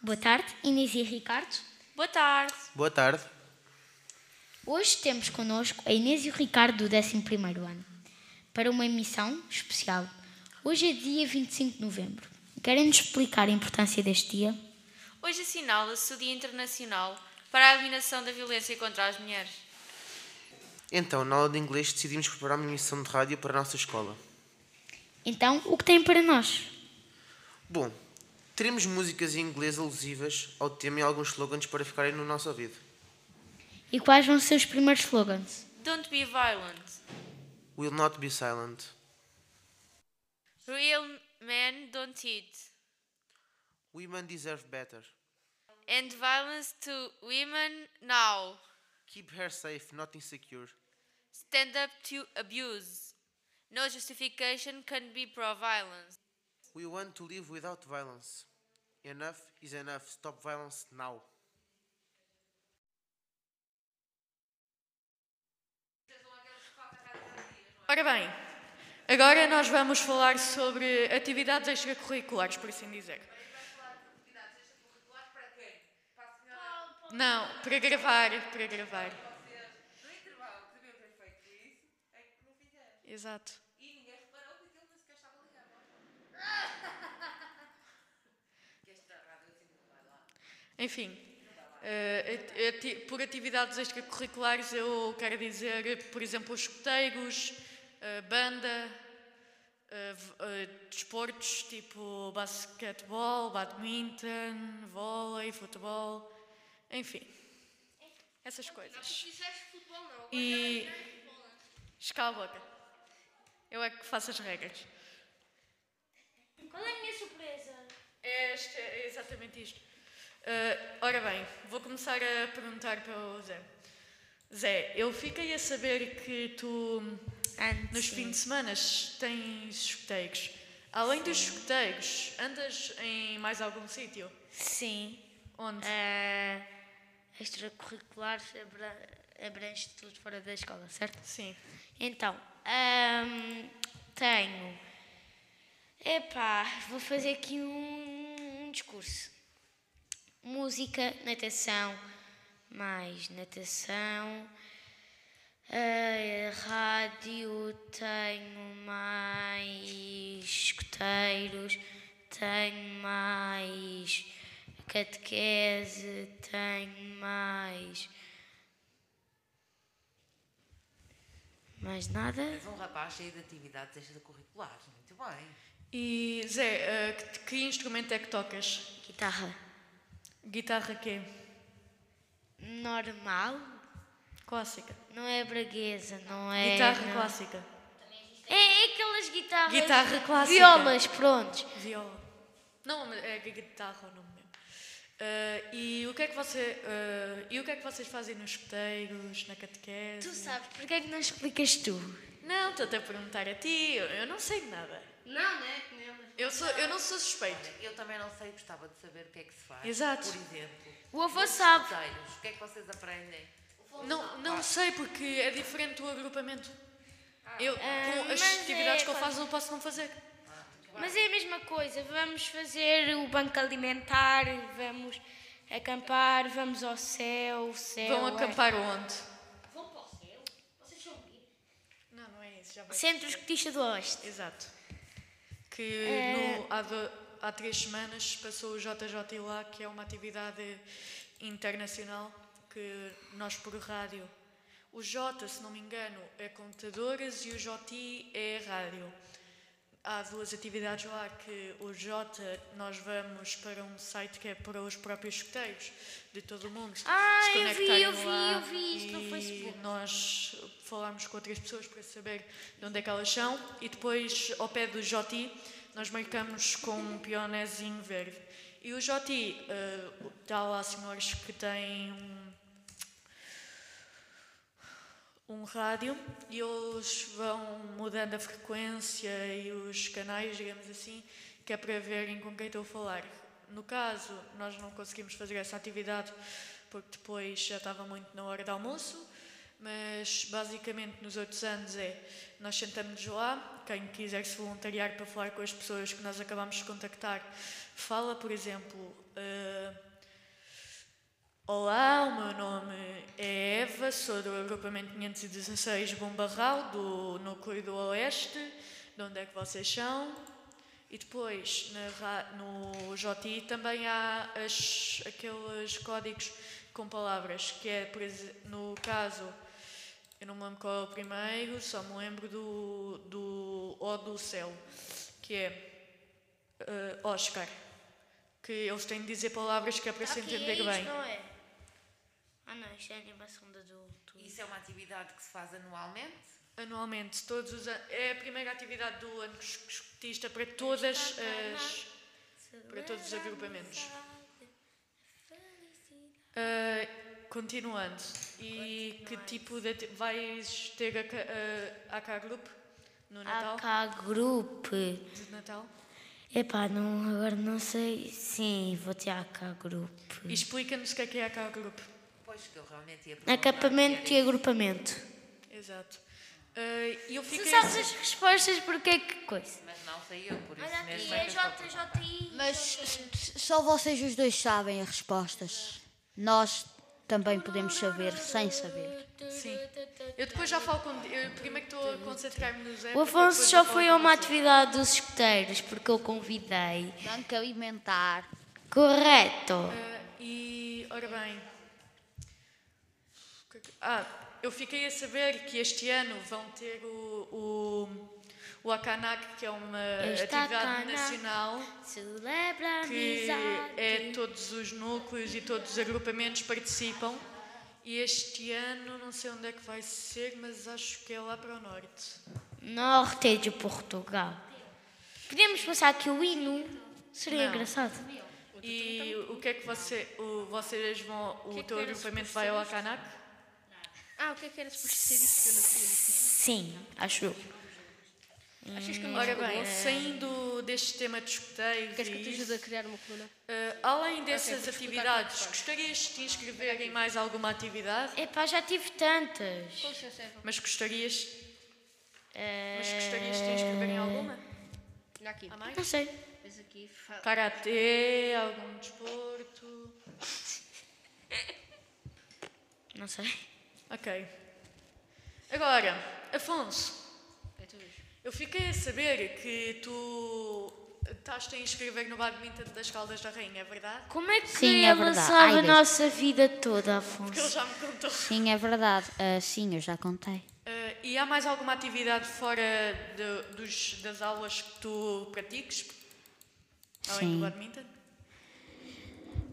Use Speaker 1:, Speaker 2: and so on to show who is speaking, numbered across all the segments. Speaker 1: Boa tarde, Inês e Ricardo.
Speaker 2: Boa tarde.
Speaker 3: Boa tarde.
Speaker 1: Hoje temos connosco a Inês e o Ricardo do 11º ano para uma emissão especial. Hoje é dia 25 de novembro. Querem-nos explicar a importância deste dia?
Speaker 2: Hoje assinala-se o Dia Internacional para a Eliminação da Violência contra as Mulheres.
Speaker 3: Então, na aula de inglês decidimos preparar uma emissão de rádio para a nossa escola.
Speaker 1: Então, o que têm para nós?
Speaker 3: Bom, teremos músicas em inglês alusivas ao tema e alguns slogans para ficarem no nosso ouvido.
Speaker 1: E quais vão ser os primeiros slogans?
Speaker 2: Don't be violent.
Speaker 3: Will not be silent.
Speaker 2: Real men don't eat.
Speaker 3: Women deserve better.
Speaker 2: End violence to women now.
Speaker 3: Keep her safe, not insecure.
Speaker 2: Stand up to abuse. No justification can be pro violence.
Speaker 3: We want to live without violence. Enough is enough. Stop violence now.
Speaker 4: Ora bem, agora nós vamos falar sobre atividades extracurriculares, por assim dizer. Não, para gravar, para gravar.
Speaker 5: No intervalo, que deviam ter feito isso, é que não fizeram.
Speaker 4: Exato.
Speaker 5: E ninguém reparou que aquilo nem sequer estava ligado. Que esta rádio assim não vai lá.
Speaker 4: Enfim, eh, ati- ati- por atividades extracurriculares eu quero dizer, por exemplo, os escuteiros, eh, banda, eh, v- eh, desportos tipo basquetebol, badminton, vôlei, futebol, enfim, essas coisas. E. Escala a boca. Eu é que faço as regras.
Speaker 6: Qual é a minha surpresa?
Speaker 4: É, este- é exatamente isto. Ah, ora bem, vou começar a perguntar para o Zé. Zé, eu fiquei a saber que tu
Speaker 6: Ah,
Speaker 4: nos fins de semana tens escuteiros. Além dos escuteiros, andas em mais algum sítio?
Speaker 6: Sim.
Speaker 4: Onde?
Speaker 6: eh, extracurriculares abra- abrange tudo fora da escola, certo?
Speaker 4: Sim.
Speaker 6: Então, ahm, tenho. Epá, vou fazer aqui um, um discurso. Música, natação, mais natação. eh, rádio, tenho mais escuteiros, tenho mais catequese, tenho mais. Mais nada?
Speaker 5: És um rapaz cheio de atividades extracurriculares. Muito bem.
Speaker 4: E Zé, ah, que, que instrumento é que tocas?
Speaker 6: Guitarra
Speaker 4: Guitarra quê?
Speaker 6: normal,
Speaker 4: Clássica.
Speaker 6: não é braguesa, não é.
Speaker 4: Guitarra
Speaker 6: não.
Speaker 4: clássica.
Speaker 6: É aquelas guitarras.
Speaker 4: Guitarra clássica.
Speaker 6: é. Violas, prontos.
Speaker 4: Viola. Não, mas é guitarra o nome mesmo. Ah, e, o que é que você, ah, e o que é que vocês fazem nos escuteiros, na catequese?
Speaker 6: Tu sabes, porque é que não explicas tu?
Speaker 4: Não, estou-te a perguntar a ti, eu, eu não sei de nada.
Speaker 6: Não, não é?
Speaker 4: Eu, sou, eu não sou suspeito.
Speaker 5: Eu também não sei, gostava de saber o que é que se faz.
Speaker 4: Exato.
Speaker 5: Por exemplo,
Speaker 6: O avô sabe.
Speaker 5: roteiros. O que é que vocês aprendem?
Speaker 4: Não, não sei porque é diferente o agrupamento. Eu, com as
Speaker 6: Ah. mas
Speaker 4: atividades
Speaker 6: é
Speaker 4: que eu
Speaker 6: quando-
Speaker 4: faço, não posso não fazer.
Speaker 6: Mas é a mesma coisa, vamos fazer o banco alimentar, vamos acampar, vamos ao céu, o céu.
Speaker 4: Vão
Speaker 6: é-
Speaker 4: acampar onde? Não, não é isso, já vai.
Speaker 6: Centro Escotista do Oeste.
Speaker 4: Exato. Que no- há, do- há três semanas passou o JJ lá, que é uma atividade internacional que nós por rádio. O J, se não me engano, é computadoras e o JI é rádio. Há duas atividades lá que o J nós vamos para um site que é para os próprios escuteiros de todo o mundo.
Speaker 6: Ah,
Speaker 4: se
Speaker 6: eu vi,
Speaker 4: conectarem
Speaker 6: eu vi,
Speaker 4: lá
Speaker 6: eu vi isso no
Speaker 4: e
Speaker 6: Facebook.
Speaker 4: Nós falámos com outras pessoas para saber de onde é que elas são e depois, ao pé do Joti, nós marcamos com um pionezinho verde. E o Joti, eh, está lá senhores que têm um um rádio e eles vão mudando a frequência e os canais, digamos assim, que é para verem com quem estou a falar. No caso, nós não conseguimos fazer essa atividade porque depois já estava muito na hora do almoço, mas basicamente nos outros anos é nós sentamos lá, quem quiser se voluntariar para falar com as pessoas que nós acabamos de contactar, fala, por exemplo. eh, Olá, o meu nome é Eva, sou do agrupamento 516 Bom Barral, do núcleo do Oeste, de onde é que vocês são. E depois, na ra- no JI também há as- aqueles códigos com palavras, que é, por exe- no caso, eu não me lembro qual é o primeiro, só me lembro do, do O do Céu, que é eh, Oscar, que eles têm de dizer palavras que é para se
Speaker 6: Aqui é
Speaker 4: entender
Speaker 6: isto,
Speaker 4: bem.
Speaker 6: não é? Ah não, isto é a animação da do... do-
Speaker 5: Isso é uma atividade que se faz anualmente?
Speaker 4: Anualmente, todos os anos. É a primeira atividade do ano escutista é para todas as. para todos os agrupamentos. Ah, continuando. E que tipo de. ati- vais ter a, ca- a, a cá grupo no Natal?
Speaker 1: AK Group.
Speaker 4: De Natal?
Speaker 1: Epá, não, agora não sei. Sim, vou ter AK Group.
Speaker 4: E explica-nos o que é que é a cá grupo.
Speaker 5: Pois que eu realmente ia perguntar.
Speaker 1: Acampamento e agrupamento.
Speaker 4: Exato. Ah, eu
Speaker 1: Tu
Speaker 4: fiquei.
Speaker 1: sabes as respostas porque é que coisa.
Speaker 5: Mas não sei eu, por isso
Speaker 6: Olha aqui,
Speaker 5: mesmo. é
Speaker 6: é
Speaker 5: que eu estou a
Speaker 6: JJI.
Speaker 7: Mas só vocês os dois sabem as respostas. Nós também podemos saber sem saber.
Speaker 4: Sim. Eu depois já falo com. Eu primeiro estou a concentrar-me no Zé.
Speaker 1: O
Speaker 4: porque
Speaker 1: Afonso
Speaker 4: depois
Speaker 1: já
Speaker 4: eu falo
Speaker 1: foi
Speaker 4: com
Speaker 1: a uma
Speaker 4: você.
Speaker 1: atividade dos escuteiros porque eu convidei.
Speaker 7: Banco alimentar.
Speaker 1: Correto.
Speaker 4: Ah, e, ora bem. que é que- Ah, eu fiquei a saber que este ano vão ter o, o, o Akanak, que é uma
Speaker 1: Este
Speaker 4: atividade
Speaker 1: Akanak.
Speaker 4: nacional
Speaker 1: Celebra a
Speaker 4: que
Speaker 1: amizade.
Speaker 4: é todos os núcleos e todos os agrupamentos participam. E este ano não sei onde é que vai ser, mas acho que é lá para o norte.
Speaker 1: Norte de Portugal. Podemos passar aqui o hino? Seria
Speaker 4: Não.
Speaker 1: engraçado.
Speaker 4: E
Speaker 1: então?
Speaker 4: o que é que você, o, vocês vão,
Speaker 1: é
Speaker 4: o teu agrupamento vai ao Akanak?
Speaker 8: Ah, o que é que era suposto ser isso que eu não sabia?
Speaker 1: Sim, acho eu.
Speaker 8: Achas que eu não
Speaker 4: Ora
Speaker 8: sou
Speaker 4: bem,
Speaker 8: boa?
Speaker 4: saindo deste tema de escuteiros
Speaker 8: Queres que
Speaker 4: e
Speaker 8: eu te
Speaker 4: isso,
Speaker 8: ajude a criar uma coluna?
Speaker 4: Uh, além dessas
Speaker 8: vou escutar
Speaker 4: atividades,
Speaker 8: como é que faz.
Speaker 4: gostarias de te inscrever em mais alguma atividade?
Speaker 1: Epá, já tive tantas.
Speaker 8: Com licença, Eva.
Speaker 4: Mas gostarias. Mas gostarias de te inscrever em alguma?
Speaker 8: Olha aqui.
Speaker 4: Há mais?
Speaker 1: Não sei.
Speaker 8: Vês aqui. fa-
Speaker 4: Karatê, algum desporto.
Speaker 1: Não sei.
Speaker 4: Ok. Agora, Afonso,
Speaker 8: É tu mesmo.
Speaker 4: eu fiquei a saber que tu estás a inscrever no badminton das Caldas da Rainha, é verdade?
Speaker 1: Como é que
Speaker 7: Sim, é
Speaker 1: ela
Speaker 7: verdade.
Speaker 1: sabe
Speaker 7: Ai,
Speaker 1: a
Speaker 7: Deus.
Speaker 1: nossa vida toda,
Speaker 4: Porque ele
Speaker 1: Afonso?
Speaker 4: já me contou.
Speaker 7: Sim, é verdade. Ah, sim, eu já contei.
Speaker 4: Uh, e há mais alguma atividade fora de- dos, das aulas que tu pratiques? Além do
Speaker 7: Sim.
Speaker 4: badminton?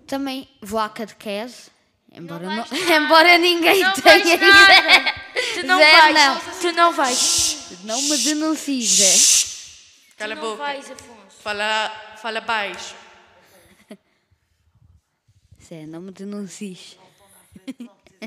Speaker 7: Também vou à catequese. Embora,
Speaker 1: Não vais
Speaker 7: não- embora ninguém
Speaker 1: Não
Speaker 7: tenha
Speaker 1: vais nada. Tu não
Speaker 7: Zero,
Speaker 1: vais.
Speaker 7: não.
Speaker 1: Tu não vais.
Speaker 7: Não me é? denuncie, Zé.
Speaker 4: Cala
Speaker 1: tu
Speaker 4: a
Speaker 1: não
Speaker 4: boca.
Speaker 1: vais, Afonso.
Speaker 4: Fala, fala baixo.
Speaker 7: Zé, não me denuncies.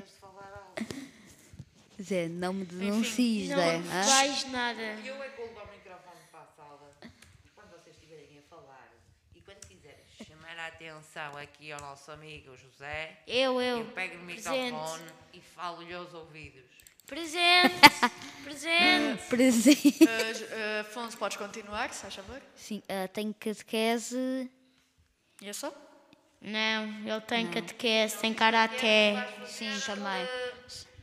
Speaker 7: Zé, não me denuncies,
Speaker 1: Não
Speaker 7: Zé. hã?
Speaker 1: vais nada.
Speaker 5: Eu é que vou levar o microfone para a sala. E Quando vocês estiverem a falar e quando quiserem chamar a atenção aqui ao nosso amigo José,
Speaker 1: Eu,
Speaker 5: eu,
Speaker 1: eu.
Speaker 5: pego o
Speaker 1: Presente.
Speaker 5: microfone e falo-lhe aos ouvidos.
Speaker 1: Presente. Presente.
Speaker 7: Presente.
Speaker 4: Ah, J- ah, Afonso, podes continuar, se faz favor?
Speaker 7: Sim, ah, tenho catequese.
Speaker 4: E é só?
Speaker 1: Não, ele tem catequese, tem karaté.
Speaker 7: Sim, também.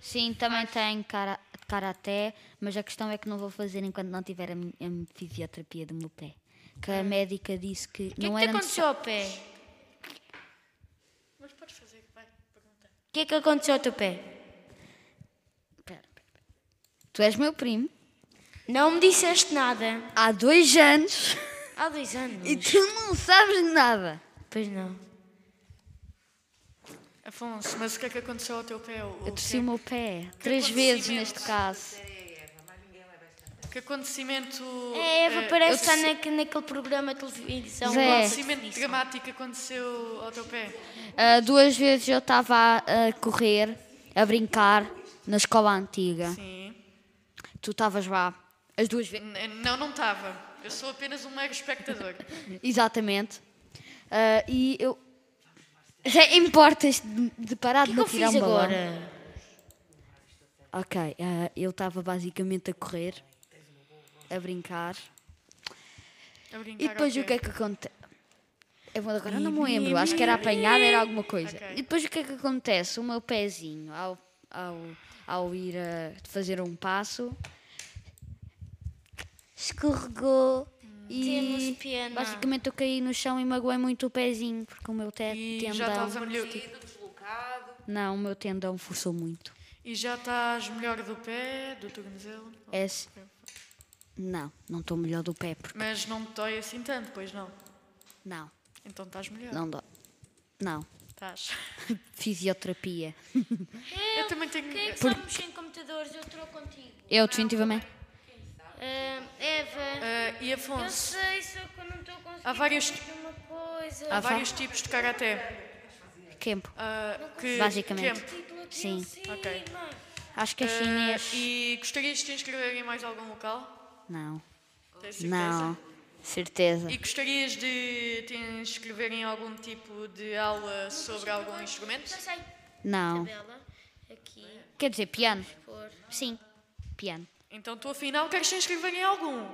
Speaker 7: Sim, também tenho cara, karaté, mas a questão é que não vou fazer enquanto não tiver a, mi- a mi- fisioterapia do meu pé. Que a médica disse que,
Speaker 1: Ah. O que é
Speaker 7: não
Speaker 1: que te
Speaker 7: era
Speaker 1: aconteceu ao pé?
Speaker 4: Mas podes fazer, vai, pergunta.
Speaker 1: O que é que aconteceu ao teu pé?
Speaker 7: necess- Pera, pera, pera. Tu és meu primo.
Speaker 1: Não me disseste nada.
Speaker 7: Há dois anos
Speaker 1: Há dois anos.
Speaker 7: e tu não sabes nada.
Speaker 1: Pois não.
Speaker 4: Afonso, mas o que é que aconteceu ao teu pé? O,
Speaker 7: Eu
Speaker 4: o
Speaker 7: torci o
Speaker 4: que,
Speaker 7: meu pé três vezes neste caso. um-
Speaker 4: que acontecimento...
Speaker 1: É, Eva
Speaker 4: ah,
Speaker 1: parece é. estar na, naquele programa de televisão.
Speaker 7: Zé.
Speaker 4: Que
Speaker 1: Logo se
Speaker 4: acontecimento
Speaker 1: definição.
Speaker 4: dramático aconteceu ao teu pé?
Speaker 7: Ah, duas vezes eu estava a, a correr, a brincar na escola antiga.
Speaker 4: Sim.
Speaker 7: Tu estavas lá as duas vezes.
Speaker 4: N- Não, não estava. Eu sou apenas um mero espectador.
Speaker 7: Exatamente. Ah, e eu. Já importas de de parar
Speaker 1: O que é
Speaker 7: de
Speaker 1: que
Speaker 7: me
Speaker 1: eu
Speaker 7: tirar
Speaker 1: fiz
Speaker 7: um balão?
Speaker 1: agora?
Speaker 7: Ok, ah, eu estava basicamente a correr, a brincar.
Speaker 4: A brincar
Speaker 7: E
Speaker 4: ao
Speaker 7: depois
Speaker 4: pé.
Speaker 7: o que é que acontece? Eu agora não me lembro, acho que era apanhada, era alguma coisa.
Speaker 4: Ok.
Speaker 7: E depois o que é que acontece? O meu pezinho, ao, ao, ao ir a fazer um passo, escorregou e
Speaker 6: Temos pena.
Speaker 7: basicamente eu caí no chão e magoei muito o pezinho, porque o meu te-
Speaker 4: E já
Speaker 7: tendão.
Speaker 4: estás a melhor.
Speaker 7: Não, o meu tendão forçou muito.
Speaker 4: E já estás melhor do pé, do tornozelo?
Speaker 7: Esse... Não, não estou melhor do pé, porque
Speaker 4: Mas não te dói assim tanto, pois não?
Speaker 7: não,
Speaker 4: Então estás melhor.
Speaker 7: não dói. Não,
Speaker 4: Estás.
Speaker 7: fisioterapia.
Speaker 4: Eu também tenho.
Speaker 6: Quem é que sabe mexer em computadores? Eu estou contigo.
Speaker 7: Eu definitivamente.
Speaker 6: Ah,
Speaker 1: Eh,
Speaker 6: Eva,
Speaker 4: Ah, e
Speaker 6: eu
Speaker 4: Afonso?
Speaker 6: sei, só que eu não estou conseguindo
Speaker 4: Há vários-
Speaker 6: fazer uma coisa.
Speaker 4: Há
Speaker 7: Afa-
Speaker 4: vários tipos de karaté.
Speaker 7: Kempo.
Speaker 4: ah, que,
Speaker 7: Basicamente.
Speaker 4: que-
Speaker 1: Tipo,
Speaker 6: Título
Speaker 1: um
Speaker 6: aqui
Speaker 7: Sim.
Speaker 6: em cima.
Speaker 4: Ok.
Speaker 7: Acho que é
Speaker 4: ah,
Speaker 7: chinês.
Speaker 4: e gostarias de te inscrever em mais algum local?
Speaker 7: Não.
Speaker 4: Tens certeza?
Speaker 7: Não. Certeza.
Speaker 4: E gostarias de te inscrever em algum tipo de aula sobre algum instrumento?
Speaker 1: Então
Speaker 6: Já sei.
Speaker 7: Não.
Speaker 6: Tabela. Aqui.
Speaker 7: Quer dizer, piano.
Speaker 6: Por.
Speaker 7: Sim. Piano.
Speaker 4: Então tu afinal queres te inscrever em algum?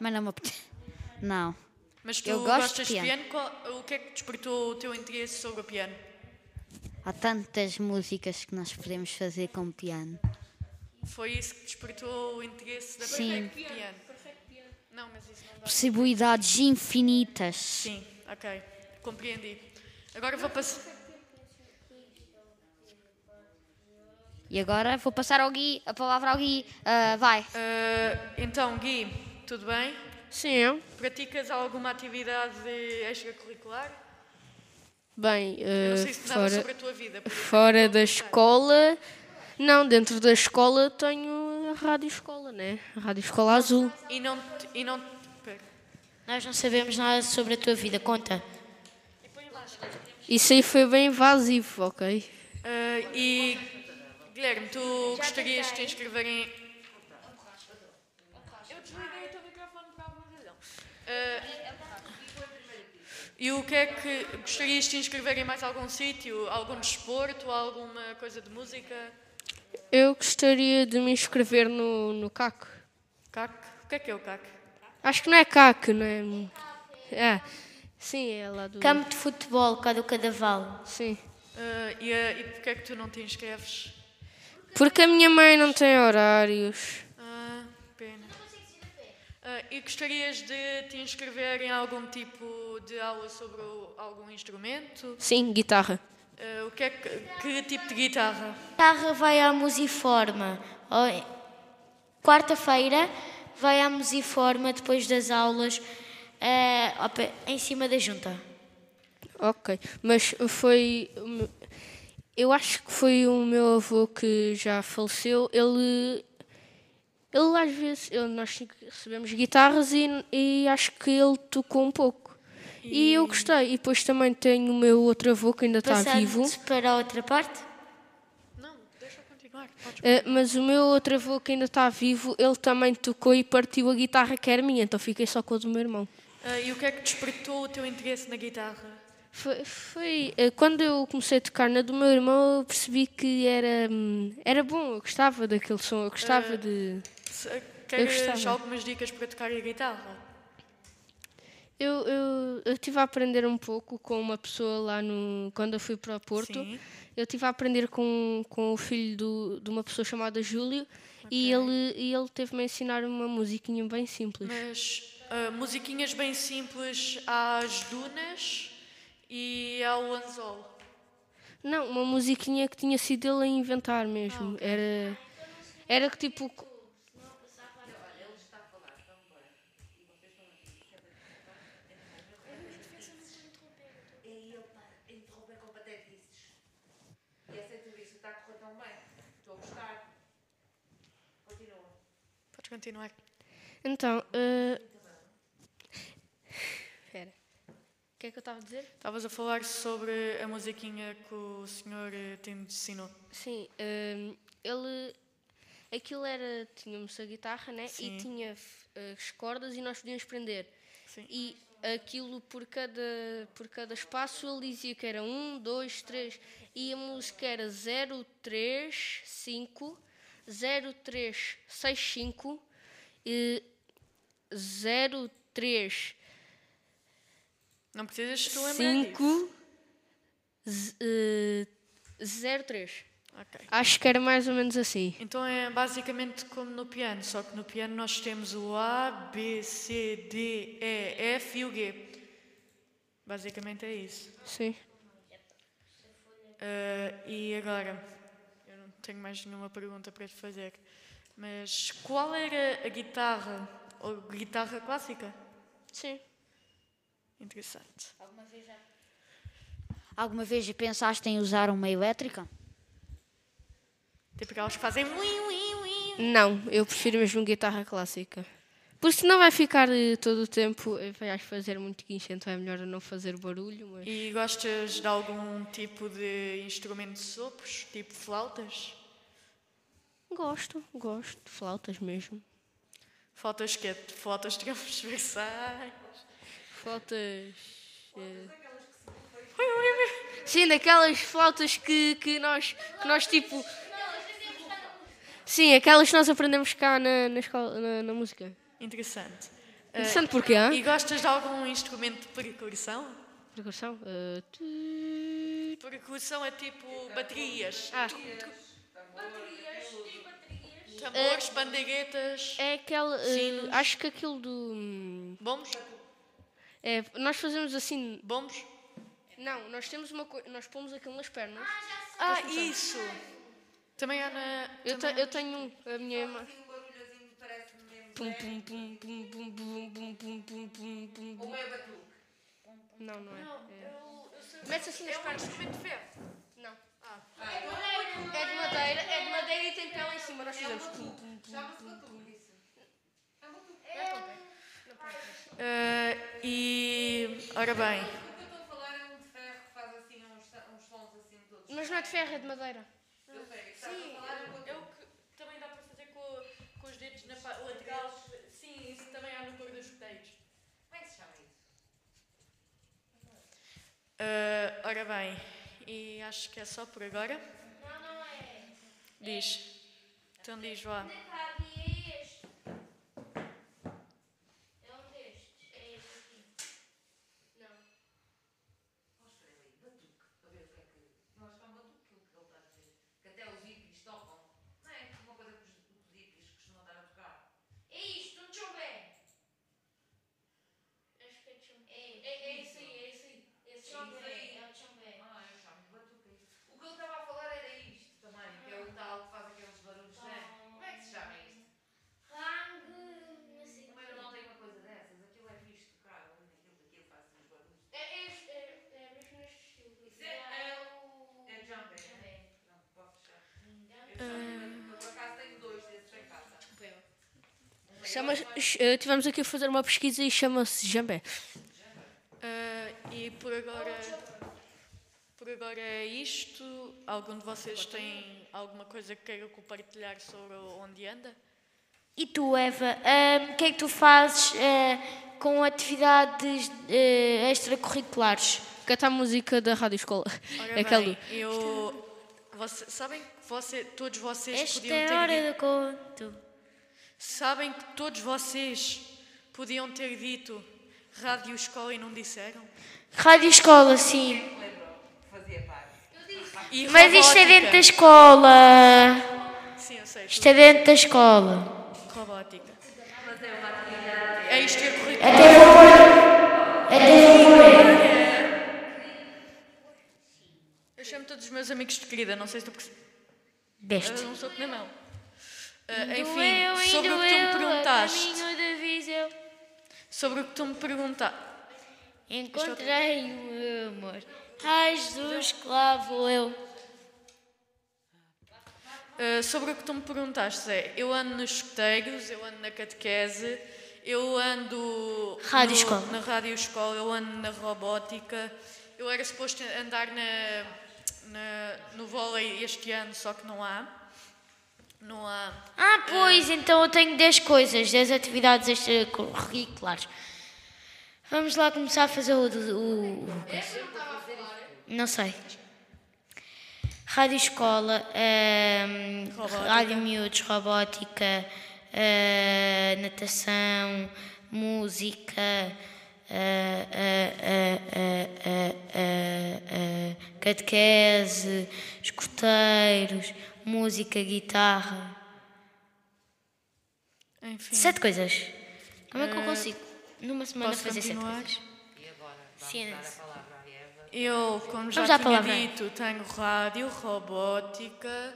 Speaker 7: Mas não me apetece. Não.
Speaker 4: Mas tu
Speaker 7: Eu gosto de
Speaker 4: gostas de
Speaker 7: piano.
Speaker 4: piano? Qual- o que é que despertou o teu interesse sobre o piano?
Speaker 7: Há tantas músicas que nós podemos fazer com piano.
Speaker 4: Foi isso que despertou o interesse da
Speaker 7: Sim.
Speaker 4: Perfect Piano? Não, mas isso não dá.
Speaker 7: Possibilidades infinitas.
Speaker 4: Sim, ok. Compreendi. Agora vou passar.
Speaker 7: E agora vou passar ao Gui, a palavra ao Gui. Ah, vai.
Speaker 4: Ah, então, Gui, tudo bem?
Speaker 8: Sim, eu?
Speaker 4: Praticas alguma atividade extracurricular?
Speaker 8: Bem,
Speaker 4: Eu não
Speaker 8: eh,
Speaker 4: sei se nada sobre
Speaker 8: fora,
Speaker 4: a tua vida. por exemplo.
Speaker 8: fora da escola. Não, dentro da escola tenho a Rádio Escola, né? A Rádio Escola Azul.
Speaker 4: E não. te- E não te- pera.
Speaker 1: Nós não sabemos nada sobre a tua vida, conta.
Speaker 8: Isso aí foi bem invasivo, ok?
Speaker 4: Ah, e. Guilherme, tu gostarias de te inscrever em. Eu desliguei o teu microfone por alguma razão. Ah, e o que é que gostarias de te inscrever em mais algum sítio? Algum desporto? Alguma coisa de música?
Speaker 8: Eu gostaria de me inscrever no, no CAC.
Speaker 4: CAC? O que é que é o CAC?
Speaker 8: Acho que não é CAC, não é? É. Sim, é lá do.
Speaker 1: Campo de futebol, cá do Cadaval.
Speaker 8: Sim.
Speaker 4: Ah, e, ah, e porquê é que tu não te inscreves?
Speaker 8: Porque a minha mãe não tem horários.
Speaker 4: Ah, pena. Ah, e gostarias de te inscrever em algum tipo de aula sobre o- algum instrumento?
Speaker 8: Sim, guitarra.
Speaker 4: Ah, o que é que, que tipo de guitarra?
Speaker 1: Guitarra vai à musiforma. Ó, Quarta-feira vai à musiforma depois das aulas eh, ao pé- em cima da junta.
Speaker 8: Ok. Mas foi. o me- Eu acho que foi o meu avô que já faleceu. Ele. Ele às vezes. ele- nós recebemos guitarras e, e acho que ele tocou um pouco. E... eu gostei. E depois também tenho o meu outro avô que ainda está
Speaker 1: Passando
Speaker 8: Tá vivo.
Speaker 1: para a outra parte.
Speaker 4: Não, deixa eu continuar. Podes-
Speaker 8: Eh, mas o meu outro avô que ainda está vivo, ele também tocou e partiu a guitarra que era minha, então fiquei só com a do meu irmão.
Speaker 4: Ah, e o que é que despertou o teu interesse na guitarra?
Speaker 8: Foi, foi, eh, quando eu comecei a tocar na do meu irmão, eu percebi que era, hum, era bom, eu gostava daquele som, eu
Speaker 4: Ah.
Speaker 8: gostava de.
Speaker 4: Se- eh, Queres
Speaker 8: gostava.
Speaker 4: algumas dicas para tocar a guitarra?
Speaker 8: Eu, eu, eu tive a aprender um pouco com uma pessoa lá no. Quando eu fui para o Porto,
Speaker 4: Sim.
Speaker 8: eu tive a aprender com, com o filho do, de uma pessoa chamada Júlio e ele, e ele teve-me a ensinar uma musiquinha bem simples.
Speaker 4: Mas ah, musiquinhas bem simples às dunas e ao anzol.
Speaker 8: Não, uma musiquinha que tinha sido ele a inventar mesmo.
Speaker 4: Ah,
Speaker 8: Era. Era que tipo. co-
Speaker 5: Interromper com patetices. E essa entrevista está a correr tão bem. Estou a gostar. Continua.
Speaker 4: Podes continuar.
Speaker 8: Então. eh, Espera. o que é que eu estava a dizer?
Speaker 4: Estavas a falar sobre a musiquinha que o senhor eh, te ensinou.
Speaker 8: Sim, ehm, ele. Aquilo era. Tínhamos a guitarra, né?
Speaker 4: Sim.
Speaker 8: E tinha f- as cordas e nós podíamos prender.
Speaker 4: Sim.
Speaker 8: E aquilo por cada, por cada espaço ele dizia que era um, dois, três. E a música era 0, 3, 5, 0, 3, 6, 5 e 0, 3,
Speaker 4: Não precisas de te lembrar disso.
Speaker 8: 5 eh, 03.
Speaker 4: Ok.
Speaker 8: Acho que era mais ou menos assim.
Speaker 4: Então é basicamente como no piano, só que no piano nós temos o A, B, C, D, E, F e o G. Basicamente é isso.
Speaker 8: Sim.
Speaker 4: Ah, e agora, eu não tenho mais nenhuma pergunta para te fazer, mas qual era a guitarra, ou guitarra clássica?
Speaker 8: Sim.
Speaker 4: Interessante.
Speaker 7: Alguma vez pensaste em usar uma elétrica?
Speaker 4: Até porque elas fazem muito.
Speaker 8: Não, eu prefiro mesmo guitarra clássica. Porque senão vai ficar eh, todo o tempo, eh, vais fazer muito guincho, então é melhor eu não fazer barulho, mas...
Speaker 4: E gostas de algum tipo de instrumento de sopros, tipo flautas?
Speaker 8: Gosto, gosto, de flautas mesmo.
Speaker 4: Flautas que Flautas transversais?
Speaker 8: Flautas... eh, Sim, daquelas flautas que, que, nós, que nós tipo... Sim, aquelas que nós aprendemos cá na, na, escola, na, na música.
Speaker 4: Interessante. Ah,
Speaker 8: Interessante porquê, hã?
Speaker 4: E gostas de algum instrumento de percussão?
Speaker 8: Percussão? Eh, tu-
Speaker 4: Percussão é tipo baterias.
Speaker 8: Ah,
Speaker 4: Tambores, bandeiretas,
Speaker 8: é aquela... eh, acho que aquilo do... hum,
Speaker 4: bombos,
Speaker 8: É, nós fazemos assim.
Speaker 4: bombos.
Speaker 8: Não, nós temos uma coisa. Nós pomos aquilo nas pernas.
Speaker 4: Ah, isso! Também há na.
Speaker 8: eu, te-
Speaker 4: também
Speaker 8: eu tenho um, a minha irmã.
Speaker 5: Assim, um barulhozinho parece mesmo. é.
Speaker 8: Pum, pum, pum, pum, pum, pum, pum, pum, pum, pum, pum, pum.
Speaker 5: Ou é batuque?
Speaker 8: Não, não é.
Speaker 4: Mete assim nas pernas. É um instrumento de ferro.
Speaker 8: Não.
Speaker 5: Ah.
Speaker 8: É de madeira, é de madeira e tem pele em
Speaker 5: É
Speaker 8: cima.
Speaker 5: um
Speaker 8: Nós fazemos. Pum, pum, pum.
Speaker 5: Chama-se batuque isso.
Speaker 4: Ah, e. Ora bem.
Speaker 5: O que eu estou a falar é um de ferro que faz assim uns, uns sons assim todos.
Speaker 8: Mas não é de ferro, é de madeira.
Speaker 5: Eu sei, estás a falar é um batuque.
Speaker 4: que também dá para fazer com, os dedos na lateral. Sim, isso também há no cor dos coteiros.
Speaker 5: Como é que se chama isso?
Speaker 4: Ah, ora bem, e acho que é só por agora.
Speaker 6: Não, não é.
Speaker 4: Diz. Então diz, vá.
Speaker 6: Onde é que havia este? É um destes. É este aqui. Não.
Speaker 5: Nós chamamos batuque, o que ele está a dizer. Que até os hippies tocam. Não é uma coisa que os, os hippies costumam estar a tocar.
Speaker 6: É isto, um chumbé. Acho que é chumbé. É, é, é isso aí, é isso aí. Esse chumbé, é o chumbé.
Speaker 5: Ah, eu chamo batuque. é isso. O que ele estava a falar era isto também, que é o tal que faz aqueles barulhos, não é? Como é que se chama isto?
Speaker 6: Rangue, não sei como
Speaker 5: Também eu não tenho uma coisa dessas. Aquilo é fixe de tocar. Aquilo daquilo faz uns barulhos.
Speaker 6: é. É, é, é, é mesmo neste estilo.
Speaker 5: Isso é-
Speaker 6: É o...
Speaker 5: É jumping.
Speaker 6: chumbé.
Speaker 5: Não, posso fechar. Eu chamo batuque. Eu por acaso tenho dois desses em casa.
Speaker 8: Chama eh, tivemos aqui a fazer uma pesquisa e chama-se jambé.
Speaker 4: Ah, e por agora. Por agora é isto. Algum de vocês tem alguma coisa que queira compartilhar sobre onde anda?
Speaker 6: E tu, Eva, ahm, o que é que tu fazes ah, com atividades eh, extracurriculares?
Speaker 8: Cantar música da Rádio Escola.
Speaker 6: É
Speaker 8: É
Speaker 4: Ora
Speaker 8: Aquela.
Speaker 4: bem, eu. Você, sabem que você, todos vocês
Speaker 6: Esta
Speaker 4: podiam
Speaker 6: é a
Speaker 4: ter dito-
Speaker 6: hora do conto.
Speaker 4: Sabem que todos vocês podiam ter dito Rádio Escola e não disseram?
Speaker 6: Rádio Escola, sim.
Speaker 5: Fazia parte.
Speaker 4: E
Speaker 6: Mas isto é
Speaker 4: robótica?
Speaker 6: dentro da escola.
Speaker 4: Sim, eu sei.
Speaker 6: Isto é dentro da escola.
Speaker 4: tudo Robótica. É isto que é currículo.
Speaker 6: Até vou É Até vou
Speaker 4: Eu chamo todos os meus amigos de querida, não sei se tu percebes. Eu
Speaker 6: Deste.
Speaker 4: não sou que nem mão. Ah, enfim, sobre o que tu me perguntaste. Sobre o que tu me perguntaste. é
Speaker 1: Encontrei o meu amor. Ai, Jesus, que lá vou eu.
Speaker 4: Uh, sobre o que tu me perguntaste, Zé, eu ando nos escoteiros, eu ando na catequese, eu ando
Speaker 1: Rádio
Speaker 4: no-
Speaker 1: escola.
Speaker 4: na rádio escola, eu ando na robótica, eu era suposto andar na, na- no vôlei este ano, só que não há. Não há.
Speaker 1: Ah, pois, então eu tenho 10 coisas, 10 atividades extracurriculares. Vamos lá começar a fazer o. o, o não sei. Rádio Escola, ahm,
Speaker 4: Robótica.
Speaker 1: Rádio Miúdos, Robótica, ah, Natação, Música, eh, eh, eh, eh, eh, eh, eh, catequese, escuteiros, música, guitarra.
Speaker 4: Enfim.
Speaker 1: Sete coisas. Como é que eu consigo numa semana
Speaker 4: Ah, posso
Speaker 1: fazer
Speaker 4: continuar?
Speaker 1: sete coisas? Sim, Nancy.
Speaker 4: Eu, como já
Speaker 1: Vamos à
Speaker 4: tinha
Speaker 1: palavra.
Speaker 4: dito, tenho rádio, robótica,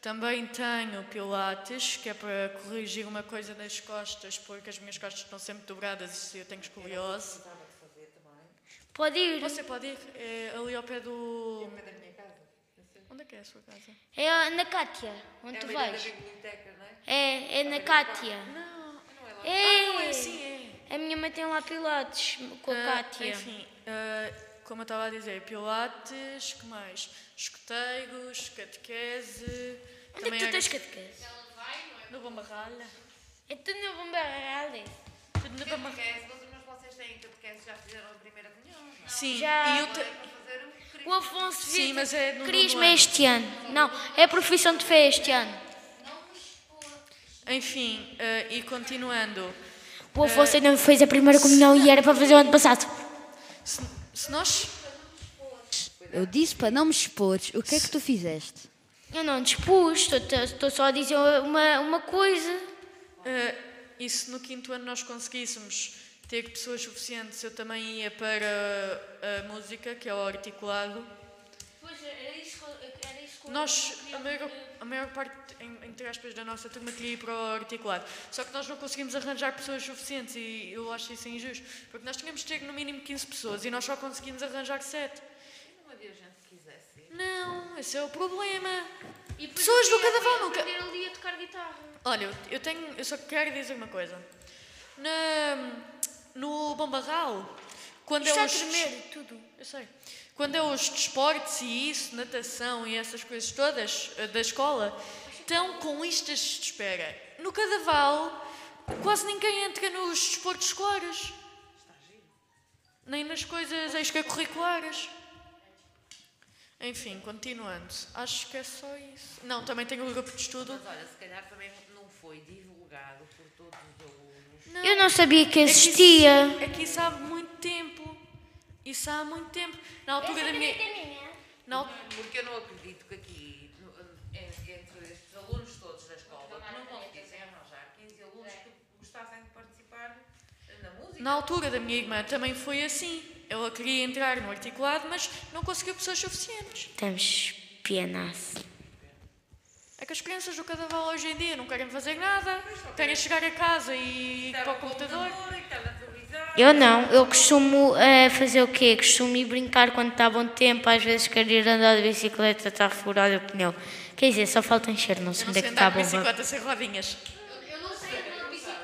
Speaker 4: também tenho pilates, que é para corrigir uma coisa nas costas, porque as minhas costas estão sempre dobradas e eu tenho escoliose.
Speaker 1: Pode ir.
Speaker 4: Você pode ir é, ali ao pé do... Ao pé da minha casa. Onde é que é a sua casa?
Speaker 1: É na Cátia, onde tu vais. É, é na Cátia. É.
Speaker 4: Não, é assim, é.
Speaker 6: A minha mãe tem lá pilates com a
Speaker 4: Ah,
Speaker 6: Cátia.
Speaker 4: Enfim, ah, como eu estava a dizer, pilates, que mais? Escoteiros, catequese...
Speaker 1: Onde é
Speaker 4: também
Speaker 1: que tu
Speaker 4: há-
Speaker 1: tens catequese?
Speaker 4: No Bombarralha.
Speaker 6: É tudo no bombaralho.
Speaker 4: Tudo no Bombarralha.
Speaker 5: Catequese, todos É, os meus vocês têm catequese, já fizeram a primeira comunhão, não é?
Speaker 4: Sim,
Speaker 6: Já-
Speaker 4: e eu te-
Speaker 5: Para fazer o que
Speaker 1: O Afonso
Speaker 4: Sim,
Speaker 1: Vitor.
Speaker 4: mas é no
Speaker 1: Crisma
Speaker 4: nono ano.
Speaker 1: este ano. Não, é profissão de fé este ano.
Speaker 4: Enfim, eh, e continuando,
Speaker 1: O
Speaker 4: Ah.
Speaker 1: Afonso ainda fez a primeira comunhão e era para fazer o ano passado.
Speaker 4: se, se nós.
Speaker 7: Eu disse para não me expores. O que é que tu fizeste?
Speaker 1: Eu não dispus, estou- estou estou só a dizer uma, uma coisa.
Speaker 4: eh, e se no quinto ano nós conseguíssemos ter pessoas suficientes, eu também ia para a música, que é o articulado.
Speaker 6: Pois era isso que era isso que eu-
Speaker 4: Nós, a maior, a maior parte, em- entre aspas, da nossa turma queria ir para o articulado. Só que nós não conseguimos arranjar pessoas suficientes e eu acho isso injusto. Porque nós tínhamos de ter no mínimo 15 pessoas e nós só conseguimos arranjar 7. Não, esse é o problema.
Speaker 6: E depois
Speaker 4: pessoas
Speaker 6: eu
Speaker 4: do
Speaker 6: queria
Speaker 4: Cadaval nunca-
Speaker 6: aprender ali a tocar guitarra.
Speaker 4: Olha, eu- eu tenho, eu só quero dizer uma coisa. Na, no Bombarral, quando
Speaker 6: Está
Speaker 4: é
Speaker 6: a
Speaker 4: os
Speaker 6: tremer tudo.
Speaker 4: eu sei. Quando é os desportos e isso, natação e essas coisas todas eh, da escola, estão com listas de espera. No Cadaval, quase ninguém entra nos desportos escolares. Nem nas coisas extracurriculares. Enfim, continuando. Acho que é só isso. Não, também tenho o grupo de estudo.
Speaker 5: Mas olha, se calhar também não foi divulgado por todos os alunos.
Speaker 1: Eu não sabia que
Speaker 4: É que isso-
Speaker 1: existia.
Speaker 4: É que isso há muito tempo. Isso há muito tempo. Na altura da minha. Na al-
Speaker 5: Porque eu não acredito que aqui, no- en- entre estes alunos todos da escola, que não conseguissem arranjar 15 alunos que gostassem de participar na música.
Speaker 4: Na altura da minha irmã também foi assim. Ela queria entrar no articulado, mas não conseguiu pessoas suficientes.
Speaker 1: Temos pienaço.
Speaker 4: É que as crianças do Cadaval hoje em dia não querem fazer nada, querem chegar a casa e ir para o computador.
Speaker 5: e estar na televisão.
Speaker 1: Eu não, eu costumo eh, fazer o quê? Costumo ir brincar quando está bom tempo, às vezes quero ir andar de bicicleta, está furado o pneu. Quer dizer, só falta encher, não sei
Speaker 4: Eu não
Speaker 1: onde é
Speaker 4: sei
Speaker 1: que está a
Speaker 4: andar de
Speaker 1: bomba.
Speaker 4: bicicleta sem rodinhas.